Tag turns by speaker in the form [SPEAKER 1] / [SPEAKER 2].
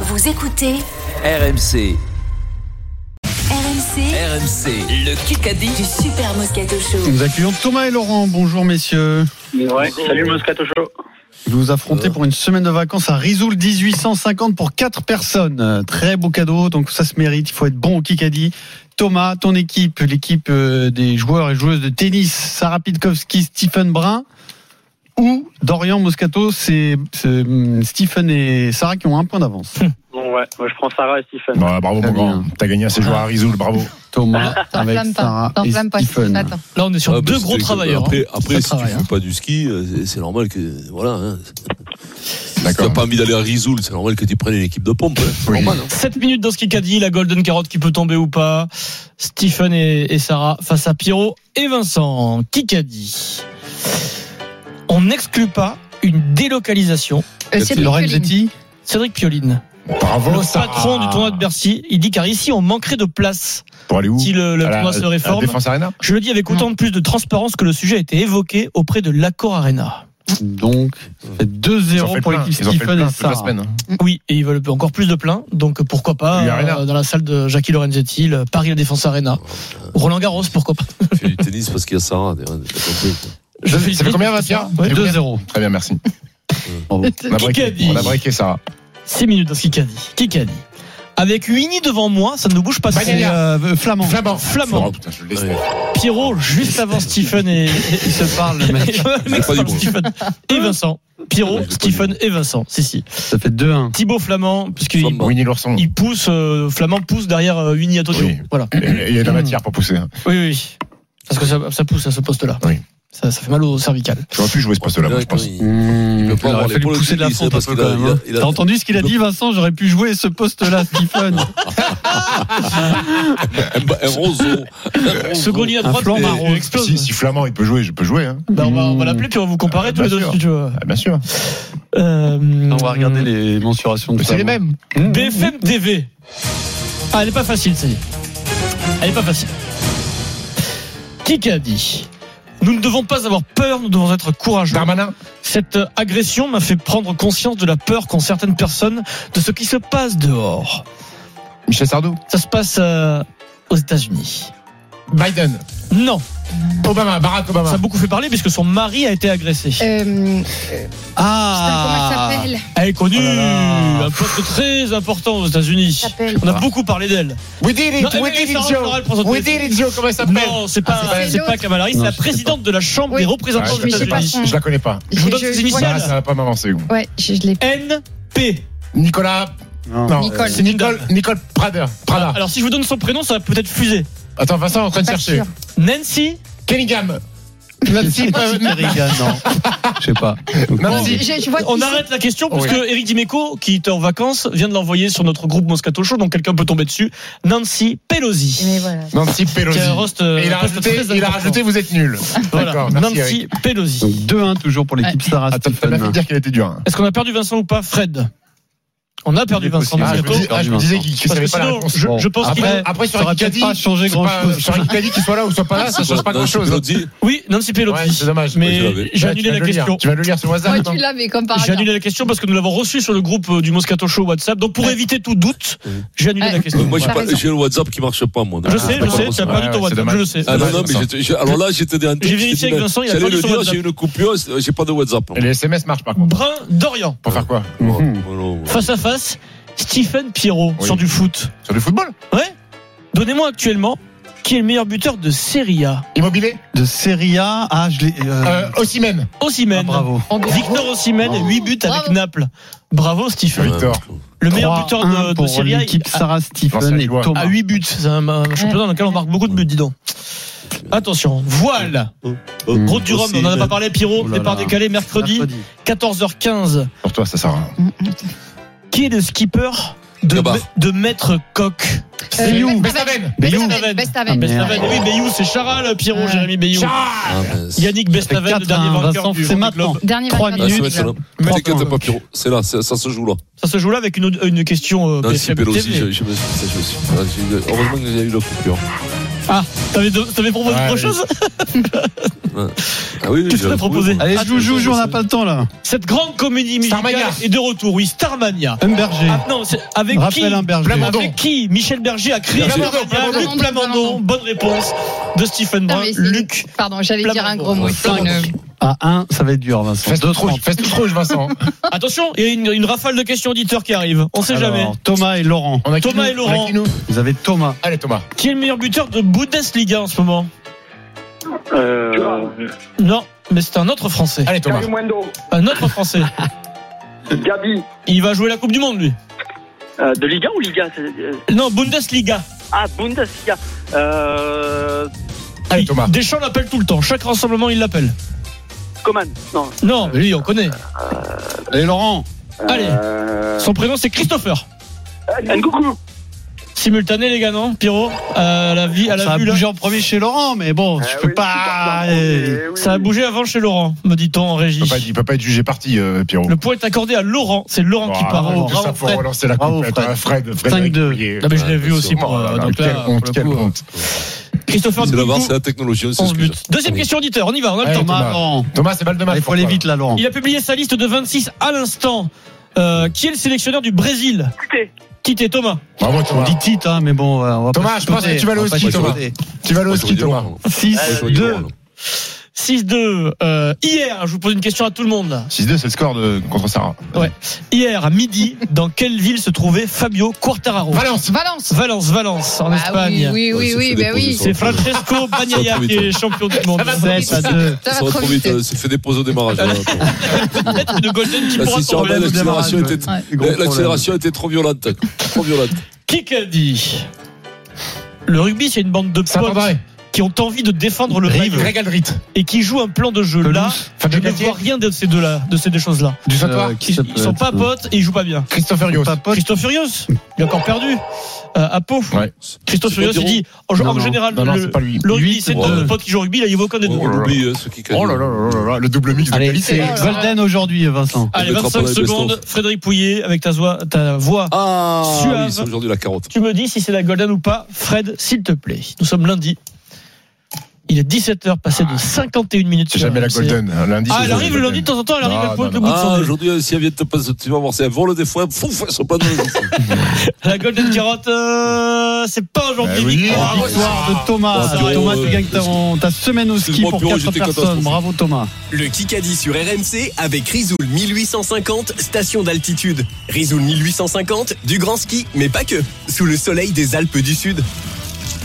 [SPEAKER 1] Vous écoutez
[SPEAKER 2] RMC,
[SPEAKER 1] RMC,
[SPEAKER 2] RMC, le Kikadi
[SPEAKER 1] du Super Moscato Show.
[SPEAKER 3] Nous accueillons Thomas et Laurent. Bonjour messieurs.
[SPEAKER 4] Ouais, salut Moscato Show.
[SPEAKER 3] Vous vous affrontez pour une semaine de vacances à Risoul 1850 pour quatre personnes. Euh, Très beau cadeau, donc ça se mérite. Il faut être bon au Kikadi. Thomas, ton équipe, l'équipe euh, des joueurs et joueuses de tennis, Sarah Pitkowski, Stephen Brun ou Dorian Moscato. C'est c'est, hum, Stephen et Sarah qui ont un point d'avance.
[SPEAKER 4] Bon, ouais, moi je prends Sarah et Stephen.
[SPEAKER 5] Bah, bravo
[SPEAKER 3] Très
[SPEAKER 5] mon
[SPEAKER 3] bien.
[SPEAKER 5] grand, t'as gagné à ces
[SPEAKER 6] Ah.
[SPEAKER 5] joueurs à Risoul, bravo.
[SPEAKER 3] Thomas
[SPEAKER 7] T'enflammes
[SPEAKER 3] avec
[SPEAKER 7] pas.
[SPEAKER 3] Sarah et
[SPEAKER 7] T'enflammes pas,
[SPEAKER 3] Stephen.
[SPEAKER 7] Attends.
[SPEAKER 6] Là, on est sur
[SPEAKER 8] Ah,
[SPEAKER 6] deux
[SPEAKER 8] parce
[SPEAKER 6] gros
[SPEAKER 8] que,
[SPEAKER 6] travailleurs. hein.
[SPEAKER 8] Après, après,
[SPEAKER 6] Ça
[SPEAKER 8] si tu
[SPEAKER 6] travaille,
[SPEAKER 8] fais pas du ski, euh, c'est- c'est normal que voilà. Hein. Si
[SPEAKER 5] D'accord.
[SPEAKER 8] t'as pas envie d'aller à Risoul, c'est normal que tu prennes une équipe de pompe. hein. C'est
[SPEAKER 5] Oui.
[SPEAKER 8] normal. hein.
[SPEAKER 6] 7 minutes dans ce qu'il a dit, la Golden Carotte qui peut tomber ou pas. Stephen et, et Sarah face à Pierrot et Vincent. Qui a dit On n'exclut pas une délocalisation.
[SPEAKER 7] Euh,
[SPEAKER 3] C'est
[SPEAKER 7] Cédric Pioline.
[SPEAKER 3] Lorenzetti.
[SPEAKER 6] Cédric Pioline,
[SPEAKER 5] Bravo
[SPEAKER 6] le patron du tournoi de Bercy, il dit car ici on manquerait de place
[SPEAKER 5] Pour aller où
[SPEAKER 6] si le, le
[SPEAKER 5] À la-
[SPEAKER 6] tournoi se
[SPEAKER 5] à la
[SPEAKER 6] réforme.
[SPEAKER 5] Défense Arena
[SPEAKER 6] Je le dis avec autant de plus de transparence que le sujet a été évoqué auprès de l'accord Arena.
[SPEAKER 3] Donc, ça fait
[SPEAKER 5] Ils ont fait
[SPEAKER 3] 2-0
[SPEAKER 5] le
[SPEAKER 3] pour
[SPEAKER 5] plein,
[SPEAKER 3] l'équipe
[SPEAKER 5] ils ont fait le
[SPEAKER 3] Stephen
[SPEAKER 5] plein
[SPEAKER 3] et
[SPEAKER 5] toute la
[SPEAKER 3] Sarah.
[SPEAKER 5] semaine.
[SPEAKER 6] Oui, et ils veulent encore plus de plein, donc pourquoi pas
[SPEAKER 5] Lui,
[SPEAKER 6] euh,
[SPEAKER 5] Arena.
[SPEAKER 6] dans la salle de Jackie Lorenzetti, le Paris La Défense Arena. Roland Garros, pourquoi pas
[SPEAKER 8] Fais du tennis parce qu'il y a Sarah. t'as compris, quoi.
[SPEAKER 6] Je
[SPEAKER 5] Ça
[SPEAKER 6] fais-
[SPEAKER 5] fait combien, Vincent
[SPEAKER 6] Ouais, deux.
[SPEAKER 3] 2-0.
[SPEAKER 5] Très bien, merci. On a
[SPEAKER 6] Qui qu'a
[SPEAKER 5] breaké,
[SPEAKER 6] dit
[SPEAKER 5] on a breaké Sarah.
[SPEAKER 6] 6 minutes dans ce qu'il a dit. Qui qu'a dit Avec Winnie devant moi, ça ne bouge pas trop.
[SPEAKER 3] C'est euh, flamand.
[SPEAKER 5] Flamand
[SPEAKER 6] Flamand.
[SPEAKER 5] putain, je le laisse.
[SPEAKER 8] Ouais.
[SPEAKER 6] Pierrot, juste avant Stephen et.
[SPEAKER 3] Il se parle, le mec.
[SPEAKER 6] Le mec
[SPEAKER 8] pas
[SPEAKER 6] parle
[SPEAKER 8] dit bon.
[SPEAKER 6] Stephen et Vincent. Pierrot,
[SPEAKER 8] Ouais, j'ai pas
[SPEAKER 6] Stephen et Vincent. Si, si.
[SPEAKER 3] Ça fait 2-1.
[SPEAKER 6] Thibaut Flamand, parce qu'il
[SPEAKER 8] Flamand.
[SPEAKER 5] Winnie l'ourson.
[SPEAKER 6] il pousse, euh, Flamand pousse derrière euh, Winnie à Tokyo.
[SPEAKER 5] Oui.
[SPEAKER 6] Voilà.
[SPEAKER 5] Il y a de la matière pour pousser. hein.
[SPEAKER 6] Oui, oui. Parce que ça, ça pousse à ce poste-là.
[SPEAKER 5] Oui.
[SPEAKER 6] Ça, ça fait mal au cervical.
[SPEAKER 5] J'aurais pu jouer ce poste-là, moi, je pense.
[SPEAKER 8] Il-
[SPEAKER 3] Mmh, Il
[SPEAKER 8] peut pas avoir les
[SPEAKER 3] fallu
[SPEAKER 8] pôles
[SPEAKER 3] pousser de la
[SPEAKER 8] automobilistes,
[SPEAKER 3] fonte un peu
[SPEAKER 8] parce qu'il a-
[SPEAKER 3] quand même. hein.
[SPEAKER 8] il a- il a-
[SPEAKER 3] T'as entendu ce qu'il a dit, Vincent J'aurais pu jouer ce poste-là, Stephen.
[SPEAKER 8] Un, ba- un roseau. Un
[SPEAKER 6] Ce
[SPEAKER 8] roseau.
[SPEAKER 6] grenier à
[SPEAKER 3] Un
[SPEAKER 6] droite,
[SPEAKER 3] flanc
[SPEAKER 6] il-
[SPEAKER 3] marron.
[SPEAKER 6] il explose.
[SPEAKER 5] Si, si Flamand, il peut jouer, je peux jouer. hein.
[SPEAKER 6] Bah, on va, on va l'appeler puis on va vous comparer
[SPEAKER 5] Ah,
[SPEAKER 6] tous les
[SPEAKER 5] bien
[SPEAKER 6] deux
[SPEAKER 5] sûr.
[SPEAKER 6] si tu veux.
[SPEAKER 5] Ah, bien sûr.
[SPEAKER 6] Euh,
[SPEAKER 3] On va regarder les mensurations de
[SPEAKER 5] Mais C'est les mêmes.
[SPEAKER 6] BFM TV. Ah, elle est pas facile, ça y est. Elle est pas facile. Qui qu'a dit Nous ne devons pas avoir peur, nous devons être courageux.
[SPEAKER 5] Darmanin.
[SPEAKER 6] Cette agression m'a fait prendre conscience de la peur qu'ont certaines personnes de ce qui se passe dehors.
[SPEAKER 5] Michel Sardou.
[SPEAKER 6] Ça se passe euh, aux États-Unis.
[SPEAKER 5] Biden.
[SPEAKER 6] Non,
[SPEAKER 5] Obama. Barack
[SPEAKER 6] ça a
[SPEAKER 5] Obama.
[SPEAKER 6] beaucoup fait parler puisque son mari a été agressé.
[SPEAKER 7] Euh,
[SPEAKER 3] Ah
[SPEAKER 7] putain, comment elle
[SPEAKER 6] Elle est connue,
[SPEAKER 3] Oh là là.
[SPEAKER 6] un poste très important aux États-Unis.
[SPEAKER 7] s'appelle
[SPEAKER 6] On a beaucoup parlé d'elle.
[SPEAKER 5] We did
[SPEAKER 6] Non,
[SPEAKER 5] it.
[SPEAKER 6] elle
[SPEAKER 5] We
[SPEAKER 6] est
[SPEAKER 5] did it,
[SPEAKER 6] Sarah Floral, prends
[SPEAKER 5] Joe.
[SPEAKER 6] son
[SPEAKER 5] We did it, Joe. Comment elle s'appelle
[SPEAKER 6] Non, c'est pas,
[SPEAKER 5] Ah, c'est pas elle.
[SPEAKER 6] c'est pas Kamala Harris, c'est
[SPEAKER 3] Non,
[SPEAKER 6] la
[SPEAKER 3] je sais
[SPEAKER 6] présidentante de la Chambre
[SPEAKER 7] Oui.
[SPEAKER 6] des
[SPEAKER 5] Ouais,
[SPEAKER 6] représentants
[SPEAKER 5] Je
[SPEAKER 6] des
[SPEAKER 7] sais pas
[SPEAKER 6] États-Unis.
[SPEAKER 7] son-
[SPEAKER 5] je la connais pas.
[SPEAKER 6] Je vous donne
[SPEAKER 7] Je-
[SPEAKER 6] ses
[SPEAKER 7] je-
[SPEAKER 5] Sarah,
[SPEAKER 6] initiales.
[SPEAKER 5] ça va pas m'avancer. vous.
[SPEAKER 7] Ouais, je, je l'ai.
[SPEAKER 6] NP.
[SPEAKER 5] Nicolas.
[SPEAKER 3] Non.
[SPEAKER 5] Non,
[SPEAKER 7] Nicole.
[SPEAKER 5] c'est Nicole, Nicole Prader. Prada.
[SPEAKER 6] Ah, Alors si je vous donne son prénom, ça va peut-être fuser.
[SPEAKER 5] Attends, Vincent, on est en train de
[SPEAKER 7] Pas
[SPEAKER 5] chercher.
[SPEAKER 7] sûr.
[SPEAKER 6] Nancy
[SPEAKER 5] Kenningham.
[SPEAKER 3] Nancy Kerrigan, non. Je sais pas.
[SPEAKER 5] Nancy.
[SPEAKER 7] Je, je vois
[SPEAKER 6] Ah. On
[SPEAKER 7] qui
[SPEAKER 6] arrête la question
[SPEAKER 5] Oui.
[SPEAKER 6] parce que Eric Dimeco, qui était en vacances, vient de l'envoyer sur notre groupe Moscato Show, donc quelqu'un peut tomber dessus. Nancy
[SPEAKER 7] c'est. Mais
[SPEAKER 6] Pelosi.
[SPEAKER 7] voilà.
[SPEAKER 5] Nancy
[SPEAKER 6] Qui
[SPEAKER 5] Pelosi.
[SPEAKER 6] est un rost, euh,
[SPEAKER 5] Et il a
[SPEAKER 6] poste
[SPEAKER 5] rajouté,
[SPEAKER 6] très
[SPEAKER 5] il a
[SPEAKER 6] important.
[SPEAKER 5] rajouté vous êtes nul.
[SPEAKER 6] Voilà.
[SPEAKER 5] D'accord, merci.
[SPEAKER 6] Nancy
[SPEAKER 5] Eric.
[SPEAKER 3] Donc
[SPEAKER 6] Pelosi.
[SPEAKER 3] 2-1 toujours pour l'équipe Sarah
[SPEAKER 5] Attends, t'as bien fait
[SPEAKER 3] Stephen.
[SPEAKER 5] de dire qu'elle était dure. hein.
[SPEAKER 6] Est-ce qu'on a perdu Vincent ou pas Fred On a perdu
[SPEAKER 3] Il est
[SPEAKER 6] Vincent
[SPEAKER 3] possible.
[SPEAKER 5] Ah, je me
[SPEAKER 6] Moscato.
[SPEAKER 5] dis- ah, je me disais qu'il qu'il
[SPEAKER 6] Parce
[SPEAKER 5] savait
[SPEAKER 6] que
[SPEAKER 5] pas la
[SPEAKER 6] sinon,
[SPEAKER 5] réponse.
[SPEAKER 6] je, je pense qu'il
[SPEAKER 5] Après,
[SPEAKER 6] est-
[SPEAKER 5] après
[SPEAKER 3] Ça
[SPEAKER 5] sur
[SPEAKER 3] aurait
[SPEAKER 5] Eric
[SPEAKER 3] peut-être pas
[SPEAKER 5] Caddy,
[SPEAKER 3] changé grand-chose.
[SPEAKER 5] sur Eric Caddy, qu'il soit là ou soit pas là, ça change pas
[SPEAKER 8] Non, je
[SPEAKER 6] hein.
[SPEAKER 5] grand-chose.
[SPEAKER 8] te le dis.
[SPEAKER 6] Oui, Nancy Pelosi.
[SPEAKER 5] Ouais, c'est dommage.
[SPEAKER 8] Ouais, tu
[SPEAKER 6] Mais
[SPEAKER 8] l'avais.
[SPEAKER 6] j'ai
[SPEAKER 5] Ouais,
[SPEAKER 6] annulé
[SPEAKER 5] tu vas
[SPEAKER 6] la
[SPEAKER 5] le lire.
[SPEAKER 6] question.
[SPEAKER 5] Tu vas le lire sur WhatsApp.
[SPEAKER 7] Moi,
[SPEAKER 5] non
[SPEAKER 7] tu l'avais comme par
[SPEAKER 6] J'ai
[SPEAKER 7] hasard.
[SPEAKER 6] annulé la question parce que nous l'avons reçu sur le groupe euh, du Moscato Show WhatsApp. Donc pour
[SPEAKER 7] Ouais.
[SPEAKER 6] éviter tout doute,
[SPEAKER 8] Ouais.
[SPEAKER 6] j'ai annulé
[SPEAKER 7] Ouais.
[SPEAKER 6] la
[SPEAKER 8] Euh,
[SPEAKER 6] question.
[SPEAKER 8] Moi, j'ai
[SPEAKER 7] T'as
[SPEAKER 8] pas-
[SPEAKER 7] raison.
[SPEAKER 8] j'ai le WhatsApp qui marche pas, moi.
[SPEAKER 5] Ah,
[SPEAKER 6] Je sais, je sais, tu as
[SPEAKER 5] ouais,
[SPEAKER 6] perdu ton
[SPEAKER 5] ouais,
[SPEAKER 6] WhatsApp,
[SPEAKER 5] c'est
[SPEAKER 6] je le
[SPEAKER 5] dommage.
[SPEAKER 6] sais.
[SPEAKER 8] Ah non, non,
[SPEAKER 5] Vincent.
[SPEAKER 8] mais j'étais- j'ai- alors là, j'étais derrière.
[SPEAKER 6] J'ai vérifié avec Vincent, il a
[SPEAKER 8] J'allais
[SPEAKER 6] pas mis
[SPEAKER 8] le
[SPEAKER 6] son
[SPEAKER 8] dire,
[SPEAKER 6] WhatsApp.
[SPEAKER 8] j'ai une coupure, j'ai pas de WhatsApp. non.
[SPEAKER 5] Et les SMS marchent par contre.
[SPEAKER 6] Brun d'Orient,
[SPEAKER 5] Pour faire quoi
[SPEAKER 8] Oh,
[SPEAKER 3] Mhm.
[SPEAKER 8] oh, non.
[SPEAKER 6] face à face, Stephen Pierrot
[SPEAKER 5] Oui.
[SPEAKER 6] sur du foot.
[SPEAKER 5] Sur le football
[SPEAKER 6] Ouais Donnez-moi actuellement qui est le meilleur buteur de Serie A.
[SPEAKER 5] Immobilier
[SPEAKER 3] De Serie A à... Je l'ai, euh,
[SPEAKER 5] euh, Ossimène.
[SPEAKER 3] ah,
[SPEAKER 6] Osimhen.
[SPEAKER 3] bravo.
[SPEAKER 6] Victor Osimhen,
[SPEAKER 3] Bravo.
[SPEAKER 6] 8 buts avec
[SPEAKER 7] Bravo.
[SPEAKER 6] Naples. Bravo
[SPEAKER 3] Ah,
[SPEAKER 6] Stephen.
[SPEAKER 5] Victor.
[SPEAKER 6] Le meilleur buteur de,
[SPEAKER 3] 3-1
[SPEAKER 6] de
[SPEAKER 3] pour
[SPEAKER 6] Serie A
[SPEAKER 3] l'équipe
[SPEAKER 6] à,
[SPEAKER 3] Sarah Stephen et
[SPEAKER 5] Lancelot.
[SPEAKER 3] Thomas.
[SPEAKER 6] à 8 buts. C'est un, un championnat dans lequel on marque beaucoup de buts, dis donc. Attention, voile.
[SPEAKER 8] Oh,
[SPEAKER 6] Route du Rhum, on en a pas parlé, Pierrot,
[SPEAKER 3] Mmh. Oh là
[SPEAKER 6] départ
[SPEAKER 3] là.
[SPEAKER 6] décalé mercredi, 14h15.
[SPEAKER 5] Pour toi, ça sert à rien.
[SPEAKER 7] Euh,
[SPEAKER 6] Qui est le skipper de,
[SPEAKER 8] Gabard.
[SPEAKER 6] de Maître Coq
[SPEAKER 7] Euh,
[SPEAKER 5] You.
[SPEAKER 7] Best
[SPEAKER 5] Bestaven.
[SPEAKER 3] Bayou.
[SPEAKER 7] Bestaven.
[SPEAKER 3] Ah,
[SPEAKER 7] Bestaven.
[SPEAKER 3] merde.
[SPEAKER 6] Bestaven, Eh oui, Bayou, c'est Charal, Pierrot,
[SPEAKER 7] Ouais.
[SPEAKER 6] Jérémy Bayou.
[SPEAKER 5] Charles.
[SPEAKER 8] Ah, mince.
[SPEAKER 6] Yannick
[SPEAKER 3] Ça fait
[SPEAKER 6] Bestaven, le
[SPEAKER 3] 4
[SPEAKER 6] dernier vainqueur
[SPEAKER 3] hein. Vincent,
[SPEAKER 6] du
[SPEAKER 3] c'est
[SPEAKER 6] Vendée Globe.
[SPEAKER 3] maintenant.
[SPEAKER 7] Dernier
[SPEAKER 3] Trois
[SPEAKER 7] vainqueur.
[SPEAKER 8] Ah, ça
[SPEAKER 3] minutes.
[SPEAKER 8] va être celle-là.
[SPEAKER 3] Prends
[SPEAKER 8] T'inquiète
[SPEAKER 3] ton-
[SPEAKER 8] pas, Pierrot. C'est là, ça, ça se joue là.
[SPEAKER 6] Ça se joue là avec une, une question euh,
[SPEAKER 8] Nancy
[SPEAKER 6] BFM
[SPEAKER 8] Pelosi,
[SPEAKER 6] TV.
[SPEAKER 8] je, je me suis ça, je me suis- voilà, j'ai eu- Heureusement que j'ai eu la coupure.
[SPEAKER 6] Ah, t'avais t'avais proposé
[SPEAKER 5] Ouais,
[SPEAKER 6] autre
[SPEAKER 5] oui.
[SPEAKER 6] chose
[SPEAKER 8] Ah oui, oui,
[SPEAKER 6] Qu'est-ce que
[SPEAKER 8] j'avais
[SPEAKER 6] t'as proposé
[SPEAKER 8] trouvé, moi.
[SPEAKER 3] Allez,
[SPEAKER 6] Ah,
[SPEAKER 3] joue, joue, joue, on n'a pas le temps là.
[SPEAKER 6] Cette grande comédie musicale
[SPEAKER 5] Starmania.
[SPEAKER 6] est de retour, oui, Starmania.
[SPEAKER 3] Humberger.
[SPEAKER 6] Ah, non, c'est- avec
[SPEAKER 3] Raphaël
[SPEAKER 6] qui
[SPEAKER 3] Humberger.
[SPEAKER 5] Plamondon.
[SPEAKER 6] Avec qui Michel Berger a créé
[SPEAKER 5] Plamondon,
[SPEAKER 6] Starmania,
[SPEAKER 5] Plamondon,
[SPEAKER 6] Luc Plamondon.
[SPEAKER 7] Plamondon.
[SPEAKER 6] Bonne réponse de Stephen
[SPEAKER 7] Non,
[SPEAKER 6] Brun.
[SPEAKER 7] mais c'est-
[SPEAKER 6] Luc.
[SPEAKER 7] Pardon, j'allais dire un gros mot.
[SPEAKER 3] Flamand.
[SPEAKER 7] Pardon.
[SPEAKER 3] À 1, ça va être dur, Vincent.
[SPEAKER 5] Feste
[SPEAKER 3] 2,
[SPEAKER 5] rouge, feste rouge, Vincent.
[SPEAKER 6] Attention, il y a une, une rafale de questions auditeurs qui arrive. On sait jamais.
[SPEAKER 3] Thomas et Laurent.
[SPEAKER 5] On a qui,
[SPEAKER 6] Thomas
[SPEAKER 5] nous
[SPEAKER 6] et Laurent.
[SPEAKER 5] On a qui, nous
[SPEAKER 3] Vous avez Thomas.
[SPEAKER 5] Allez, Thomas.
[SPEAKER 6] Qui est le meilleur buteur de Bundesliga en ce moment
[SPEAKER 4] Euh,
[SPEAKER 6] Non, mais c'est un autre Français.
[SPEAKER 5] Allez, Thomas.
[SPEAKER 6] Un autre Français.
[SPEAKER 4] Gabi.
[SPEAKER 6] Il va jouer la Coupe du Monde, lui.
[SPEAKER 4] Euh, de Liga ou Liga c'est- euh,
[SPEAKER 6] Non, Bundesliga.
[SPEAKER 4] Ah, Bundesliga. Euh,
[SPEAKER 5] Allez,
[SPEAKER 6] Il-
[SPEAKER 5] Thomas.
[SPEAKER 6] Deschamps l'appelle tout le temps. Chaque rassemblement, il l'appelle.
[SPEAKER 4] Coman. Non.
[SPEAKER 6] Non, lui, on connaît.
[SPEAKER 3] Allez, Laurent.
[SPEAKER 6] Allez.
[SPEAKER 4] Euh,
[SPEAKER 6] Son prénom, c'est Christopher.
[SPEAKER 4] N'Goku.
[SPEAKER 6] Simultané, les gars, non Pierrot À la vie, à la
[SPEAKER 3] ça a
[SPEAKER 6] vue, là.
[SPEAKER 3] bougé en premier chez Laurent, mais bon, je peux pas. Eh,
[SPEAKER 6] Bah, euh, Ça a bougé avant chez Laurent, me dit-on en régie.
[SPEAKER 5] Il peut pas- Il peut pas être jugé parti, euh, Pierrot.
[SPEAKER 6] Le point est accordé à Laurent. C'est Laurent qui
[SPEAKER 5] Ah,
[SPEAKER 6] part.
[SPEAKER 5] bravo,
[SPEAKER 6] avant.
[SPEAKER 5] ça, faut
[SPEAKER 3] Fred.
[SPEAKER 5] relancer la
[SPEAKER 3] Bravo,
[SPEAKER 5] coupe.
[SPEAKER 3] Fred.
[SPEAKER 5] Attends, Fred, Fred,
[SPEAKER 3] 5-2.
[SPEAKER 5] avec Collier.
[SPEAKER 6] Non, mais je l'ai
[SPEAKER 8] Ouais,
[SPEAKER 6] vu aussi
[SPEAKER 5] Oh
[SPEAKER 6] pour.
[SPEAKER 5] là
[SPEAKER 6] euh,
[SPEAKER 5] là,
[SPEAKER 6] donc
[SPEAKER 5] quelle
[SPEAKER 6] là,
[SPEAKER 5] honte,
[SPEAKER 6] pour le
[SPEAKER 5] quelle
[SPEAKER 6] coup, euh,
[SPEAKER 5] honte.
[SPEAKER 6] Christopher
[SPEAKER 8] C'est de l'avance,
[SPEAKER 6] Nkunku,
[SPEAKER 8] c'est la technologie, on sait
[SPEAKER 6] 11
[SPEAKER 8] ce que
[SPEAKER 6] buts.
[SPEAKER 8] j'ai.
[SPEAKER 6] Deuxième question auditeur, on y va, on a le
[SPEAKER 5] Allez,
[SPEAKER 6] temps.
[SPEAKER 3] Thomas,
[SPEAKER 5] Thomas.
[SPEAKER 3] Laurent.
[SPEAKER 5] Thomas, c'est balle de match.
[SPEAKER 3] Il faut aller vite là, Laurent.
[SPEAKER 6] Il a publié sa liste de 26 à l'instant. Euh, qui est le sélectionneur du Brésil
[SPEAKER 4] Tite.
[SPEAKER 6] Tite Thomas.
[SPEAKER 5] Bravo,
[SPEAKER 3] On
[SPEAKER 5] Thomas.
[SPEAKER 3] dit titre, hein, mais bon, euh, on va
[SPEAKER 5] Thomas,
[SPEAKER 3] pas
[SPEAKER 5] je pense
[SPEAKER 3] chipoter,
[SPEAKER 5] que tu vas
[SPEAKER 3] on
[SPEAKER 5] aller
[SPEAKER 3] va
[SPEAKER 5] au
[SPEAKER 3] pas
[SPEAKER 5] ski, Thomas. Ah,
[SPEAKER 3] chipoter.
[SPEAKER 5] Tu vas aller au
[SPEAKER 8] Moi, j'aurais
[SPEAKER 5] ski,
[SPEAKER 8] dit
[SPEAKER 5] Thomas.
[SPEAKER 8] Laurent.
[SPEAKER 3] 6,
[SPEAKER 8] J'aurais dit
[SPEAKER 3] 2.
[SPEAKER 8] Laurent.
[SPEAKER 6] 6-2. Euh, hier, je vous pose une question à tout le monde. là.
[SPEAKER 5] 6-2, c'est le score de, contre Sarah.
[SPEAKER 6] Hier, à midi, dans quelle ville se trouvait Fabio Quartararo
[SPEAKER 5] Valence.
[SPEAKER 7] Valence.
[SPEAKER 6] Valence, Valence, en
[SPEAKER 7] Ah
[SPEAKER 6] Espagne.
[SPEAKER 7] Oui,
[SPEAKER 8] Ouais, ça
[SPEAKER 7] oui, oui, oui,
[SPEAKER 8] fait
[SPEAKER 7] bah
[SPEAKER 8] des
[SPEAKER 7] oui.
[SPEAKER 8] positions.
[SPEAKER 6] C'est Francesco Bagnaia
[SPEAKER 8] trop
[SPEAKER 6] qui
[SPEAKER 8] vite,
[SPEAKER 6] est champion du monde.
[SPEAKER 7] Ça va trop vite,
[SPEAKER 3] 7 à
[SPEAKER 7] ça.
[SPEAKER 3] 2.
[SPEAKER 7] Ça
[SPEAKER 8] Ça
[SPEAKER 7] va
[SPEAKER 8] va trop vite,
[SPEAKER 7] vite.
[SPEAKER 8] euh, c'est fait des pauses au démarrage. Eh, voilà.
[SPEAKER 6] Peut-être le Golden qui
[SPEAKER 8] Ah,
[SPEAKER 6] pourra
[SPEAKER 8] c'est sur
[SPEAKER 6] tomber.
[SPEAKER 8] la l'accélération
[SPEAKER 3] démarrage,
[SPEAKER 8] était
[SPEAKER 7] ouais.
[SPEAKER 3] Gros
[SPEAKER 8] l'accélération était trop violente. Trop violente.
[SPEAKER 6] Qui qu'a dit Le rugby, c'est une bande de potes
[SPEAKER 5] Saint-André.
[SPEAKER 6] qui ont envie de défendre le
[SPEAKER 5] Rive.
[SPEAKER 6] maillot
[SPEAKER 5] Greg Aldrit.
[SPEAKER 6] et qui jouent un plan de jeu. Là, je
[SPEAKER 5] Fabien
[SPEAKER 6] ne
[SPEAKER 5] Galtier.
[SPEAKER 6] vois rien de ces deux-là, de ces deux choses-là.
[SPEAKER 5] Du Saint-Ouen.
[SPEAKER 3] Euh, qui
[SPEAKER 6] Ils,
[SPEAKER 3] ça
[SPEAKER 6] ils
[SPEAKER 3] peut
[SPEAKER 6] sont
[SPEAKER 3] être
[SPEAKER 6] pas potes et ils jouent pas bien.
[SPEAKER 5] Christopher Rios.
[SPEAKER 3] Pas pote.
[SPEAKER 6] Christophe Furios, il a encore perdu euh, à Pau.
[SPEAKER 5] Ouais.
[SPEAKER 6] Christophe
[SPEAKER 8] C'est pas
[SPEAKER 6] Furios, il dit en, en
[SPEAKER 5] Non, non.
[SPEAKER 6] général,
[SPEAKER 5] Non, non,
[SPEAKER 6] le,
[SPEAKER 5] c'est pas lui.
[SPEAKER 6] le rugby,
[SPEAKER 5] Lui,
[SPEAKER 6] c'est
[SPEAKER 8] c'est
[SPEAKER 6] deux
[SPEAKER 8] bon.
[SPEAKER 6] potes qui jouent au rugby, là, il n'y a aucun des deux.
[SPEAKER 8] On oublie euh, ce qui
[SPEAKER 5] Oh là là là là là, le double mix de
[SPEAKER 3] Allez,
[SPEAKER 5] qualité.
[SPEAKER 3] c'est Golden aujourd'hui, Vincent.
[SPEAKER 6] Allez,
[SPEAKER 8] On mettra
[SPEAKER 6] 25
[SPEAKER 8] pas les
[SPEAKER 6] secondes.
[SPEAKER 8] best-of.
[SPEAKER 6] Frédéric Pouillet, avec ta, voix- ta voix
[SPEAKER 8] Ah,
[SPEAKER 6] Suave.
[SPEAKER 8] oui, c'est aujourd'hui la carotte.
[SPEAKER 6] Tu me dis si c'est la Golden ou pas, Fred, s'il te plaît. Nous sommes lundi. Il est 17h, passé de 51 minutes.
[SPEAKER 5] Ah. C'est
[SPEAKER 6] sur
[SPEAKER 5] jamais la
[SPEAKER 6] RMC.
[SPEAKER 5] Golden. Lundi,
[SPEAKER 6] Ah,
[SPEAKER 5] c'est
[SPEAKER 6] elle
[SPEAKER 5] la
[SPEAKER 6] arrive le
[SPEAKER 5] Golden.
[SPEAKER 6] lundi de temps en temps, elle arrive
[SPEAKER 5] Non,
[SPEAKER 6] à pointe
[SPEAKER 5] non,
[SPEAKER 6] le bout de son
[SPEAKER 8] Ah,
[SPEAKER 6] nez.
[SPEAKER 8] aujourd'hui, si elle vient de te passer, tu vas voir, c'est un vol des fois, fouf, elle se prend dans les yeux.
[SPEAKER 6] La Golden Carotte, euh, c'est pas aujourd'hui.
[SPEAKER 5] Bah oui,
[SPEAKER 6] victoire.
[SPEAKER 5] bravo,
[SPEAKER 3] Victoire de
[SPEAKER 8] Ah,
[SPEAKER 3] Thomas.
[SPEAKER 8] Pierrot,
[SPEAKER 3] Thomas, tu
[SPEAKER 8] euh,
[SPEAKER 3] gagnes ta, ta semaine au ski
[SPEAKER 8] excuse-moi,
[SPEAKER 3] pour
[SPEAKER 8] Pierrot,
[SPEAKER 3] 4
[SPEAKER 8] j'étais
[SPEAKER 3] personnes.
[SPEAKER 8] catastrophe.
[SPEAKER 3] Bravo Thomas.
[SPEAKER 9] Le Kikadi sur RMC avec Rizoul 1850, station d'altitude. Rizoul 1850, du grand ski, mais pas que. Sous le soleil des Alpes du Sud.